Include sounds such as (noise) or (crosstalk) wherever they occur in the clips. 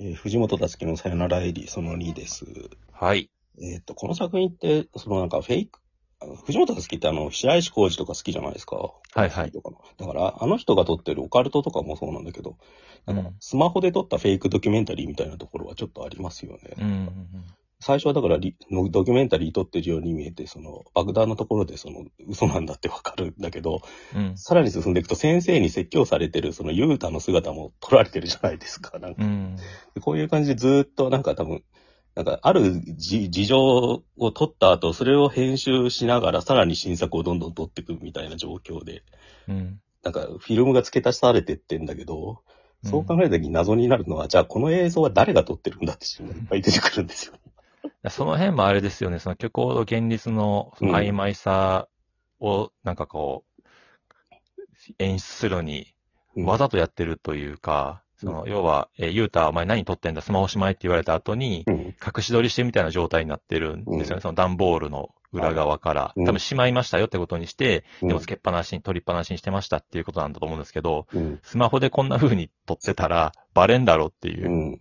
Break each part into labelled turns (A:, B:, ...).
A: えー藤本達樹のさよならエリーその2です。
B: はい。
A: えっ、と、この作品って、そのなんかフェイク、あの藤本達樹ってあの、白石浩二とか好きじゃないですか。
B: はいはい
A: とかのだから、あの人が撮ってるオカルトとかもそうなんだけど、なんかスマホで撮ったフェイクドキュメンタリーみたいなところはちょっとありますよね。
B: うんうん
A: 最初はだからリ、のドキュメンタリー撮ってるように見えて、その、爆弾のところでその、嘘なんだってわかるんだけど、
B: うん。うん
A: さらに進んでいくと先生に説教されてる、その、ユータの姿も撮られてるじゃないですか。なんか
B: うん。
A: でこういう感じでずーっとなんか多分、なんかあるじ事情を取った後、それを編集しながらさらに新作をどんどん取っていくみたいな状況で、
B: うん。
A: なんかフィルムが付け足されてってんだけど、そう考えた時に謎になるのは、じゃあこの映像は誰が撮ってるんだっていうのがいっぱい出てくるんですよ。
B: その辺もあれですよね、その虚構と現実のその曖昧さを、なんかこう、演出するのに、
A: うん
B: わざとやってるというか、その、要は、えー、ゆうた、お前何撮ってんだ、スマホしまえって言われた後に、
A: うん。
B: 隠し撮りしてるみたいな状態になってるんですよね、
A: うん
B: その段ボールの裏側から。
A: うん
B: 多分しまいましたよってことにして、
A: うん
B: でもつけっぱなしに、取りっぱなしにしてましたっていうことなんだと思うんですけど、
A: うん。
B: スマホでこんな風に撮ってたら、バレんだろうっていうう。
A: ん。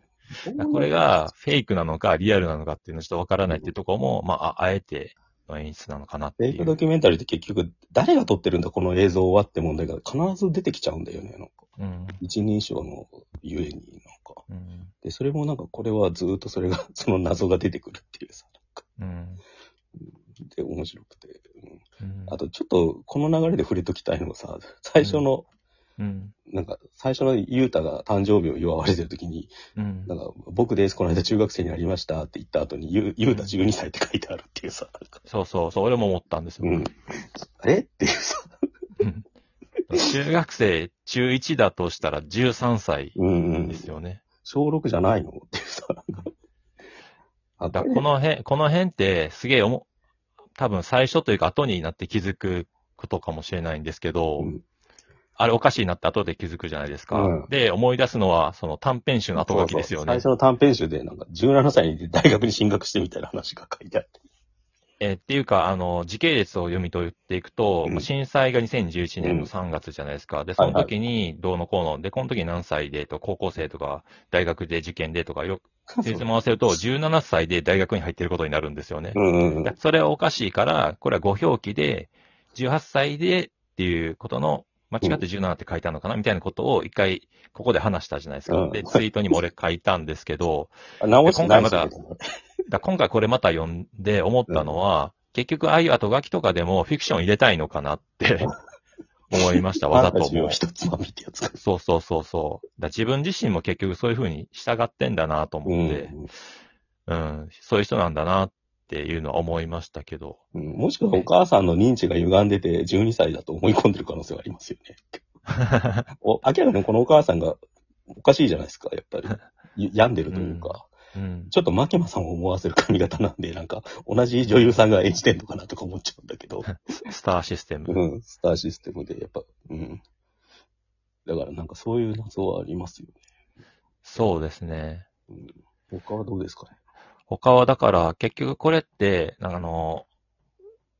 B: これがフェイクなのか、リアルなのかっていうのはちょっとわからないっていうところも、まあ、ああえての演出なのかなっ
A: フ
B: て
A: ェイ
B: い
A: クド
B: う。
A: キュメンタリーって結局、誰が撮ってるんだこの映像はって問題が必ず出てきちゃうんだよね。なんか
B: うん。
A: 一人称のゆえに、なんか。
B: うん。
A: で、それもなんかこれはずーっとそれが、 (laughs) その謎が出てくるっていうさ、なんか、
B: うん。
A: で、面白くて。うん
B: うん
A: あと、ちょっと、この流れで触れときたいのがさ、最初の、
B: うん。
A: なんか、最初のゆうたが誕生日を祝われてる時に、
B: うん
A: なんか、僕です、この間中学生になりましたって言った後に、ゆうゆうた12歳って書いてあるっていうさ、なんか、
B: そうそう、そう、俺も思ったんですよ。
A: うん。あれっていうさ、
B: うん (laughs) 中学生、中1だとしたら13歳
A: うんうん
B: です。よね。
A: 小6じゃないのっていうさ、なんか。あ
B: だからこ、の辺、この辺ってすげえおも、多分最初というか後になって気づくことかもしれないんですけど、
A: うん
B: あれおかしいなって後で気づくじゃないですか。
A: うん
B: で、思い出すのは、その短編集の後書きですよね。
A: そうそう最初の短編集で、なんか、17歳で大学に進学してみたいな話が書いてあって。
B: えーっていうか、あの、時系列を読み取っていくと、
A: うん
B: まあ震災が2011年の3月じゃないですか。で、その時にどうのこうの、で、この時に何歳でと、高校生とか、大学で受験でとか、よく、つ
A: (laughs)
B: も合わせると、17歳で大学に入ってることになるんですよね。
A: うんうんうん
B: だそれはおかしいから、これはご表記で、18歳でっていうことの、間違って17って書いたのかなみたいなことを一回、ここで話したじゃないです
A: う
B: か
A: ん。
B: で、ツイートにも俺書いたんですけど、
A: あ。直してないですよ
B: 今回だ今回これまた読んで思ったのは、結局ああいう後書きとかでもフィクション入れたいのかなって (laughs) 思いました、わざ
A: ファンタ
B: と
A: ジーを
B: も。
A: 一つまみってやつか。
B: そうそうそうそう。だ自分自身も結局そういう風に従ってんだなと
A: うん
B: 思って、うん、そういう人なんだなっていうのは思いましたけど。
A: うんもしくはお母さんの認知が歪んでて12歳だと思い込んでる可能性はありますよ (laughs) ね。お明らかにこのお母さんがおかしいじゃないですか、やっぱり。 (laughs) ゆ病んでるというか、
B: うん、
A: ちょっとマケマさんを思わせる髪型なんで、なんか、同じ女優さんが演じてんのかなとか思っちゃうんだけ (laughs) ど、
B: スターシステム。
A: うん、スターシステムで、やっぱ、うん。だからなんかそういう謎はありますよね。
B: そうですね。
A: 他はどうですかね。
B: 他はだから結局これって、あの、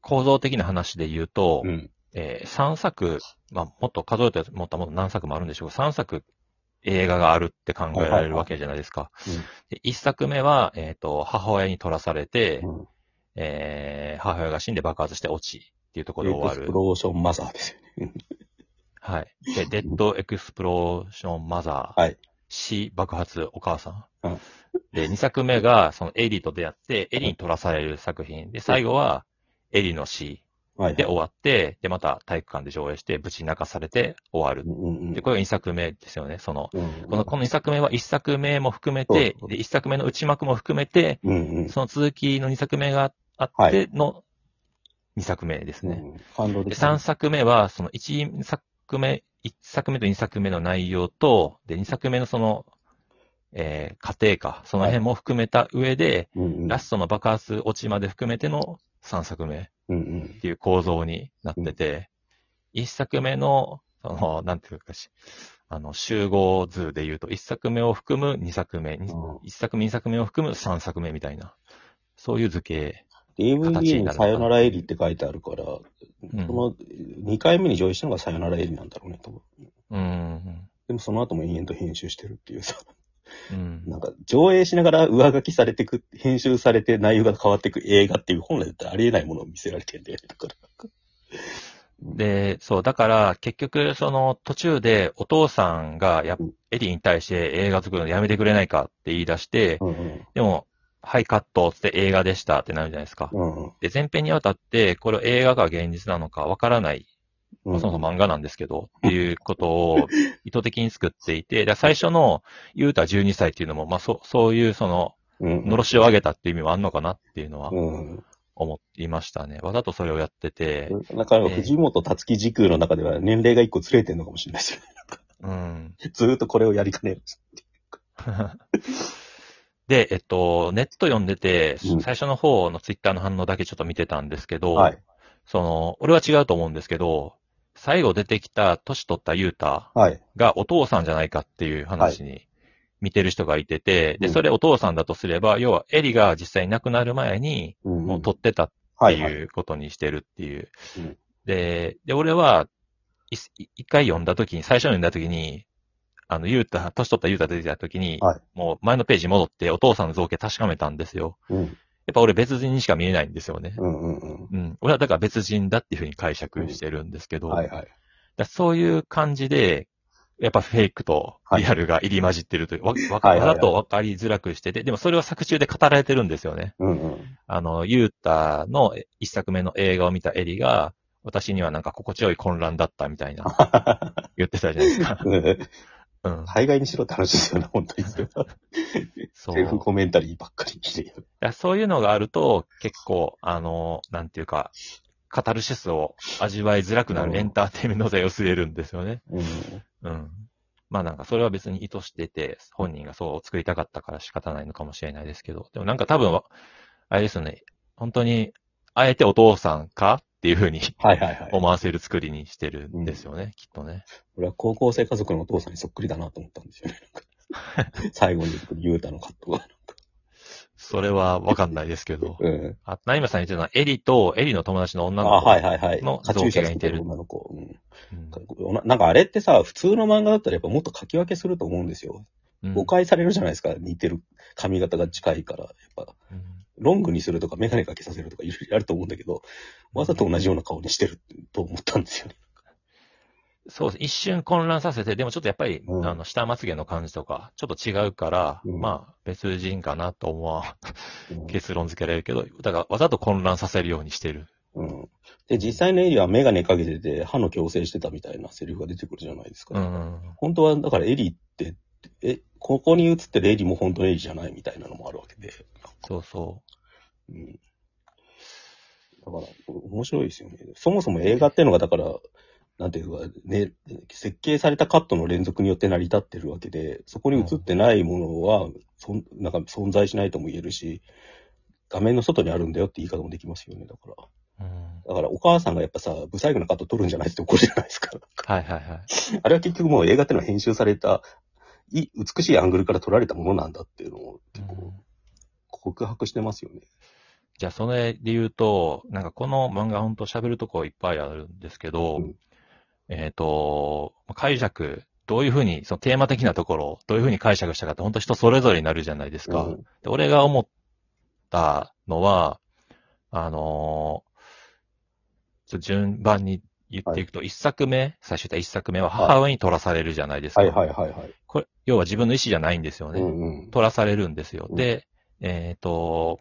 B: 構造的な話で言うと、
A: ん。
B: えー3作、まあ、もっと数えてもっともっと何作もあるんでしょうが、3作映画があるって考えられるわけじゃないですか
A: いはいうん。
B: で1作目は、えっ、と、母親に取らされて、
A: うん
B: えー母親が死んで爆発して落ちっていうところで
A: エク
B: 終
A: スプ
B: わる。
A: ローションマザーですよね。
B: はい。
A: (laughs)
B: で、デッドエクスプローションマザー。
A: はい
B: 死、爆発、お母さん。
A: うん
B: で、2作目が、そのエリーと出会って、エリーに取らされる作品。で、最後は、エリーの死。
A: はい、
B: で、終わって、で、また体育館で上映して、ぶち泣かされて終わる。
A: うんうんうん
B: で、これが2作目ですよね。その、
A: うん
B: この、この2作目は1作目も含めて
A: そ、う
B: で、1作目の内幕も含めて、
A: うんうん。
B: その続きの2作目があ
A: は
B: っての2作目ですね。
A: うん。感動
B: で、
A: 的
B: 3作目は、その1作目、一作目と2作目の内容と、で、2作目のその、えー、家庭か、その辺も含めた上で、
A: うんうん
B: ラストの爆発落ちまで含めての3作目。
A: うんうん
B: っていう構造になってて、一作目の、その、なんていうかし、あの、集合図で言うと、一作目を含む二作目、に
A: うん
B: 一作目二作目を含む三作目みたいな、そういう図形。形
A: DVD
B: にな
A: に
B: る
A: さよならエリって書いてあるから、こ
B: うん
A: の2回目に上映したのがさよならエリなんだろうねと思う。
B: うん。
A: でもその後も延々と編集してるっていうさ。
B: うん。
A: なんか、上映しながら上書きされてく、編集されて内容が変わってく映画っていう本来だったらありえないものを見せられてんだよね。だから。
B: で、そう、だから、結局、その、途中で、お父さんが、やっ
A: うん、
B: エディに対して映画作るのやめてくれないかって言い出して、
A: うんうん。
B: でも、はい、カットっつって映画でしたってなるじゃないですか。
A: うん
B: で、前編にわたって、これ映画が現実なのかわからない、
A: う
B: まあ
A: ん。
B: そもそも漫画なんですけど、っていうことを意図的に作っていて、で最初の、ユータ12歳っていうのも、まあ、そそういう、その、
A: うん。
B: のろしを上げたっていう意味もあんのかなっていうのは
A: うん。
B: 思いましたね。わざとそれをやってて、
A: だから、藤本達樹時空の中では年齢が一個ずれてるのかもしれないですよね。
B: うん。
A: ずーっとこれをやりかねる。
B: で、えっと、ネット読んでて、
A: うん
B: 最初の方のツイッターの反応だけちょっと見てたんですけど、
A: はい。
B: その、俺は違うと思うんですけど、最後出てきた、年取ったユータ
A: はい。
B: がお父さんじゃないかっていう話に見てる人がいてて、で、
A: うん
B: それお父さんだとすれば、要はエリが実際に亡くなる前に、
A: うん
B: もう取ってたっ
A: は
B: て
A: いはい。
B: いうことにしてるっていう
A: うん。
B: で、で、俺は、い一回読んだときに、最初に読んだときに、あの、ゆうた、年取ったゆうた出てきたときに、
A: はい
B: もう前のページに戻ってお父さんの造形確かめたんですよ。
A: うん。
B: やっぱ俺別人にしか見えないんですよね。
A: うんうんうん。
B: うん。俺はだから別人だっていうふうに解釈してるんですけど、
A: はいはい。
B: だそういう感じで、やっぱフェイクとリアルが入り混じってるという、わわ
A: はいはいはい
B: わざと分かりづらくしてて、でもそれは作中で語られてるんですよね。
A: うんうん。
B: あの、ユータの一作目の映画を見たエリが、私にはなんか心地よい混乱だったみた
A: (laughs)
B: いな、言ってたじゃないですか。うん。
A: 海外にしろって話ですよね、本当に。セ
B: そ
A: ルフ
B: う。
A: コメンタリーばっかりしてる。
B: だそういうのがあると、結構、あの、なんていうか、カタルシスを味わいづらくな
A: うん
B: るエンターテイメント性を据えるんですよね。
A: うん。
B: うん。まあなんかそれは別に意図してて、本人がそう作りたかったから仕方ないのかもしれないですけど、でもなんか多分、あれですよね、本当に、あえてお父さんかっていうふうに
A: はいはいはい。
B: 思わせる作りにしてるんですよね、きっとね。
A: 俺は高校生家族のお父さんにそっくりだなと思ったんですよね。最後にユータのカットが。。
B: それはわかんないですけど
A: うん。
B: あ、ナイマさん言ってたのは、エリと、エリの友達の
A: あ、
B: 女の子。
A: はいはいはい。
B: の
A: カチューシャ
B: 造形が似てる
A: 女の子。うん
B: うん
A: ななんかあれってさ、普通の漫画だったらやっぱもっと書き分けすると思うんですよ。
B: うん
A: 誤解されるじゃないですか。似てる髪型が近いから。やっぱ、
B: うん
A: ロングにするとかメガネかけさせるとかいろいろあると思うんだけど、わざと同じような顔にしてると思ったんですよね。
B: そうです。一瞬混乱させて、でもちょっとやっぱり、
A: うん
B: あの、下まつげの感じとか、ちょっと違うから、
A: うん
B: まあ、別人かなと思わ、結論付けられるけど、だからわざと混乱させるようにしてる。
A: うん。で、実際のエリはメガネかけてて歯の矯正してたみたいなセリフが出てくるじゃないですか。
B: うん。
A: 本当は、だからエリって、え、ここに映ってるエリも本当のエリじゃないみたいなのもあるわけで。
B: そうそ
A: うん。だから、面白いですよね。そもそも映画っていうのが、だから、なんていうか、ね、設計されたカットの連続によって成り立ってるわけで、そこに映ってないものは、そんなんか存在しないとも言えるし、画面の外にあるんだよって言い方もできますよね、だから。
B: う。うん。
A: だから、お母さんがやっぱさ、不細工なカット撮るんじゃないって怒るじゃないですか。 (laughs)
B: はいはいはい。
A: あれは結局もう映画っていうのは編集された、い美しいアングルから撮られたものなんだっていうのを結
B: うん
A: 構告白してますよね。
B: じゃあ、それで言うと、なんかこの漫画本当喋るとこいっぱいあるんですけど、
A: うん
B: えっ、と、解釈、どういうふうに、そのテーマ的なところをどういうふうに解釈したかって本当人それぞれになるじゃないですか。
A: うん
B: で俺が思ったのは、あのーちょっと順番に言っていくと、一作目、最初言った一作目は母親に取らされるじゃないですか。
A: はいはいはいはい。
B: これ、要は自分の意思じゃないんですよね。
A: うんうん。
B: 取らされるんですよ。
A: うん
B: で、えっ、と、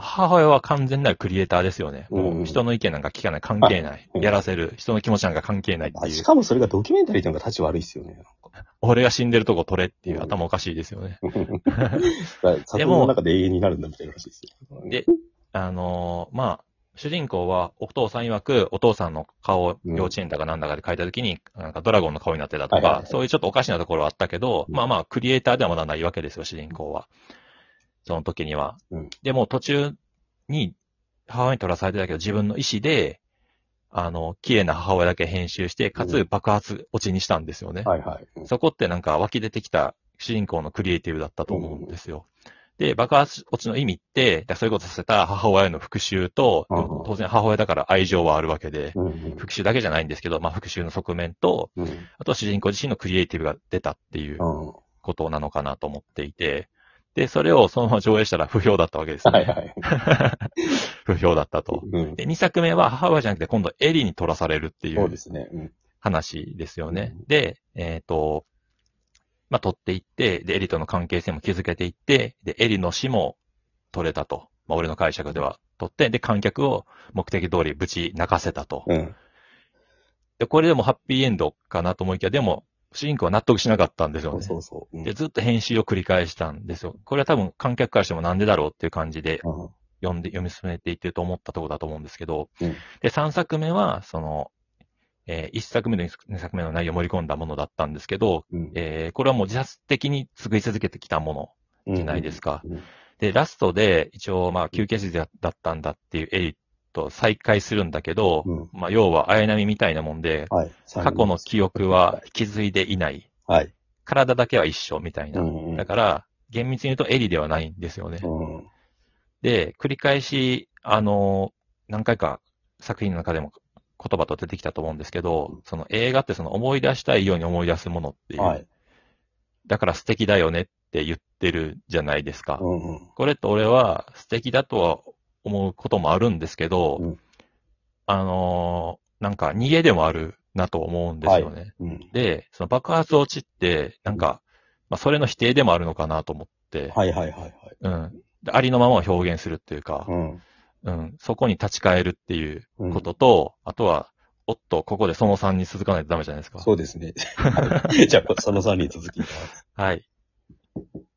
B: 母親は完全なるクリエイターですよね。
A: うんうん
B: もう人の意見なんか聞かない、関係ない。
A: うん
B: やらせる。人の気持ちなんか関係ないって
A: あ
B: い
A: し
B: う。
A: かもそれがドキュメンタリーっていうのが立ち悪いですよね。
B: (laughs)
A: なんか
B: 俺が死んでるとこ取れっていううん頭おかしいですよね。
A: だから作品の中で永遠になるんだみたいな話ですよ。
B: であのーまあ、主人公はお父さん曰く、お父さんの顔を
A: うん
B: 幼稚園だかなんだかで描いた時に、なんかドラゴンの顔になってたと
A: はいはい
B: か
A: は、い
B: そういうちょっとおかしなところはあったけど、
A: うん
B: まあまあ、クリエイターではまだないわけですよ、主人公は。その時には。
A: うん
B: でも途中に母親に取らされてたけど、自分の意思で、あの、綺麗な母親だけ編集して、か
A: う
B: つ爆発落ちにしたんですよね。
A: はいはい。うん
B: そこってなんか湧き出てきた主人公のクリエイティブだったと思うんですよ。で、爆発落ちの意味って、だからそういうことさせた母親への復讐と
A: うん、
B: 当然母親だから愛情はあるわけで、
A: うんうん
B: 復讐だけじゃないんですけど、まあ復讐の側面と、
A: うん
B: あとは主人公自身のクリエイティブが出たっていう
A: うん
B: ことなのかなと思っていて、で、それをそのまま上映したら不評だったわけですね。
A: はいはい。
B: 不評だったと。
A: うん。
B: で、2作目は母親じゃなくて今度エリに取らされるってい
A: そうで
B: う
A: すね。うん。
B: 話ですよね
A: う。
B: で、えっ、と、まあ、取っていって、で、エリとの関係性も築けていって、で、エリの死も取れたと。まあ、俺の解釈では取って、で、観客を目的通りぶち泣かせたと。
A: うん。
B: で、これでもハッピーエンドかなと思いきや、でも、主人公は納得しなかったんですよ
A: そう
B: ね。
A: そうそう。うん
B: で、ずっと編集を繰り返したんですよ。これは多分観客からしてもなんでだろうっていう感じで
A: うん
B: 読んで、読み進めていってると思ったところだと思うんですけど、
A: うん
B: で、3作目は、その、え1作目と2作目の内容を盛り込んだものだったんですけど、
A: うん。
B: えーこれはもう自発的に作り続けてきたもの
A: うん
B: じゃないですか。
A: うん
B: で、ラストで一応まあ休憩室だったんだっていうエリと再会するんだけど、
A: うん。
B: まあ要は綾波みたいなもんで、
A: はい。
B: 過去の記憶は引き継いでいない。
A: はい。
B: 体だけは一緒みたいな。
A: ん
B: だから、厳密に言うとエリではないんですよね。
A: うん。
B: で、繰り返し、あの、何回か作品の中でも言葉と出てきたと思うんですけど、その映画ってその思い出したいように思い出すものっていう。
A: はい。
B: だから素敵だよねって言ってるじゃないですか。
A: うんうん。
B: これって俺は素敵だとは思うこともあるんですけど、
A: うん
B: あのーなんか逃げでもあるなと思うんですよね。
A: うん。
B: で、その爆発落ちって、なんか、まあそれの否定でもあるのかなと思って、
A: はいはいはいはい。
B: うん。でありのままを表現するっていうか
A: う、ん。
B: うん。そこに立ち返るっていう
A: うん
B: ことと、あとは、おっと、ここでその3に続かないとダメじゃないですか。
A: そうですね。はいじゃあ、その3人続き。
B: はい。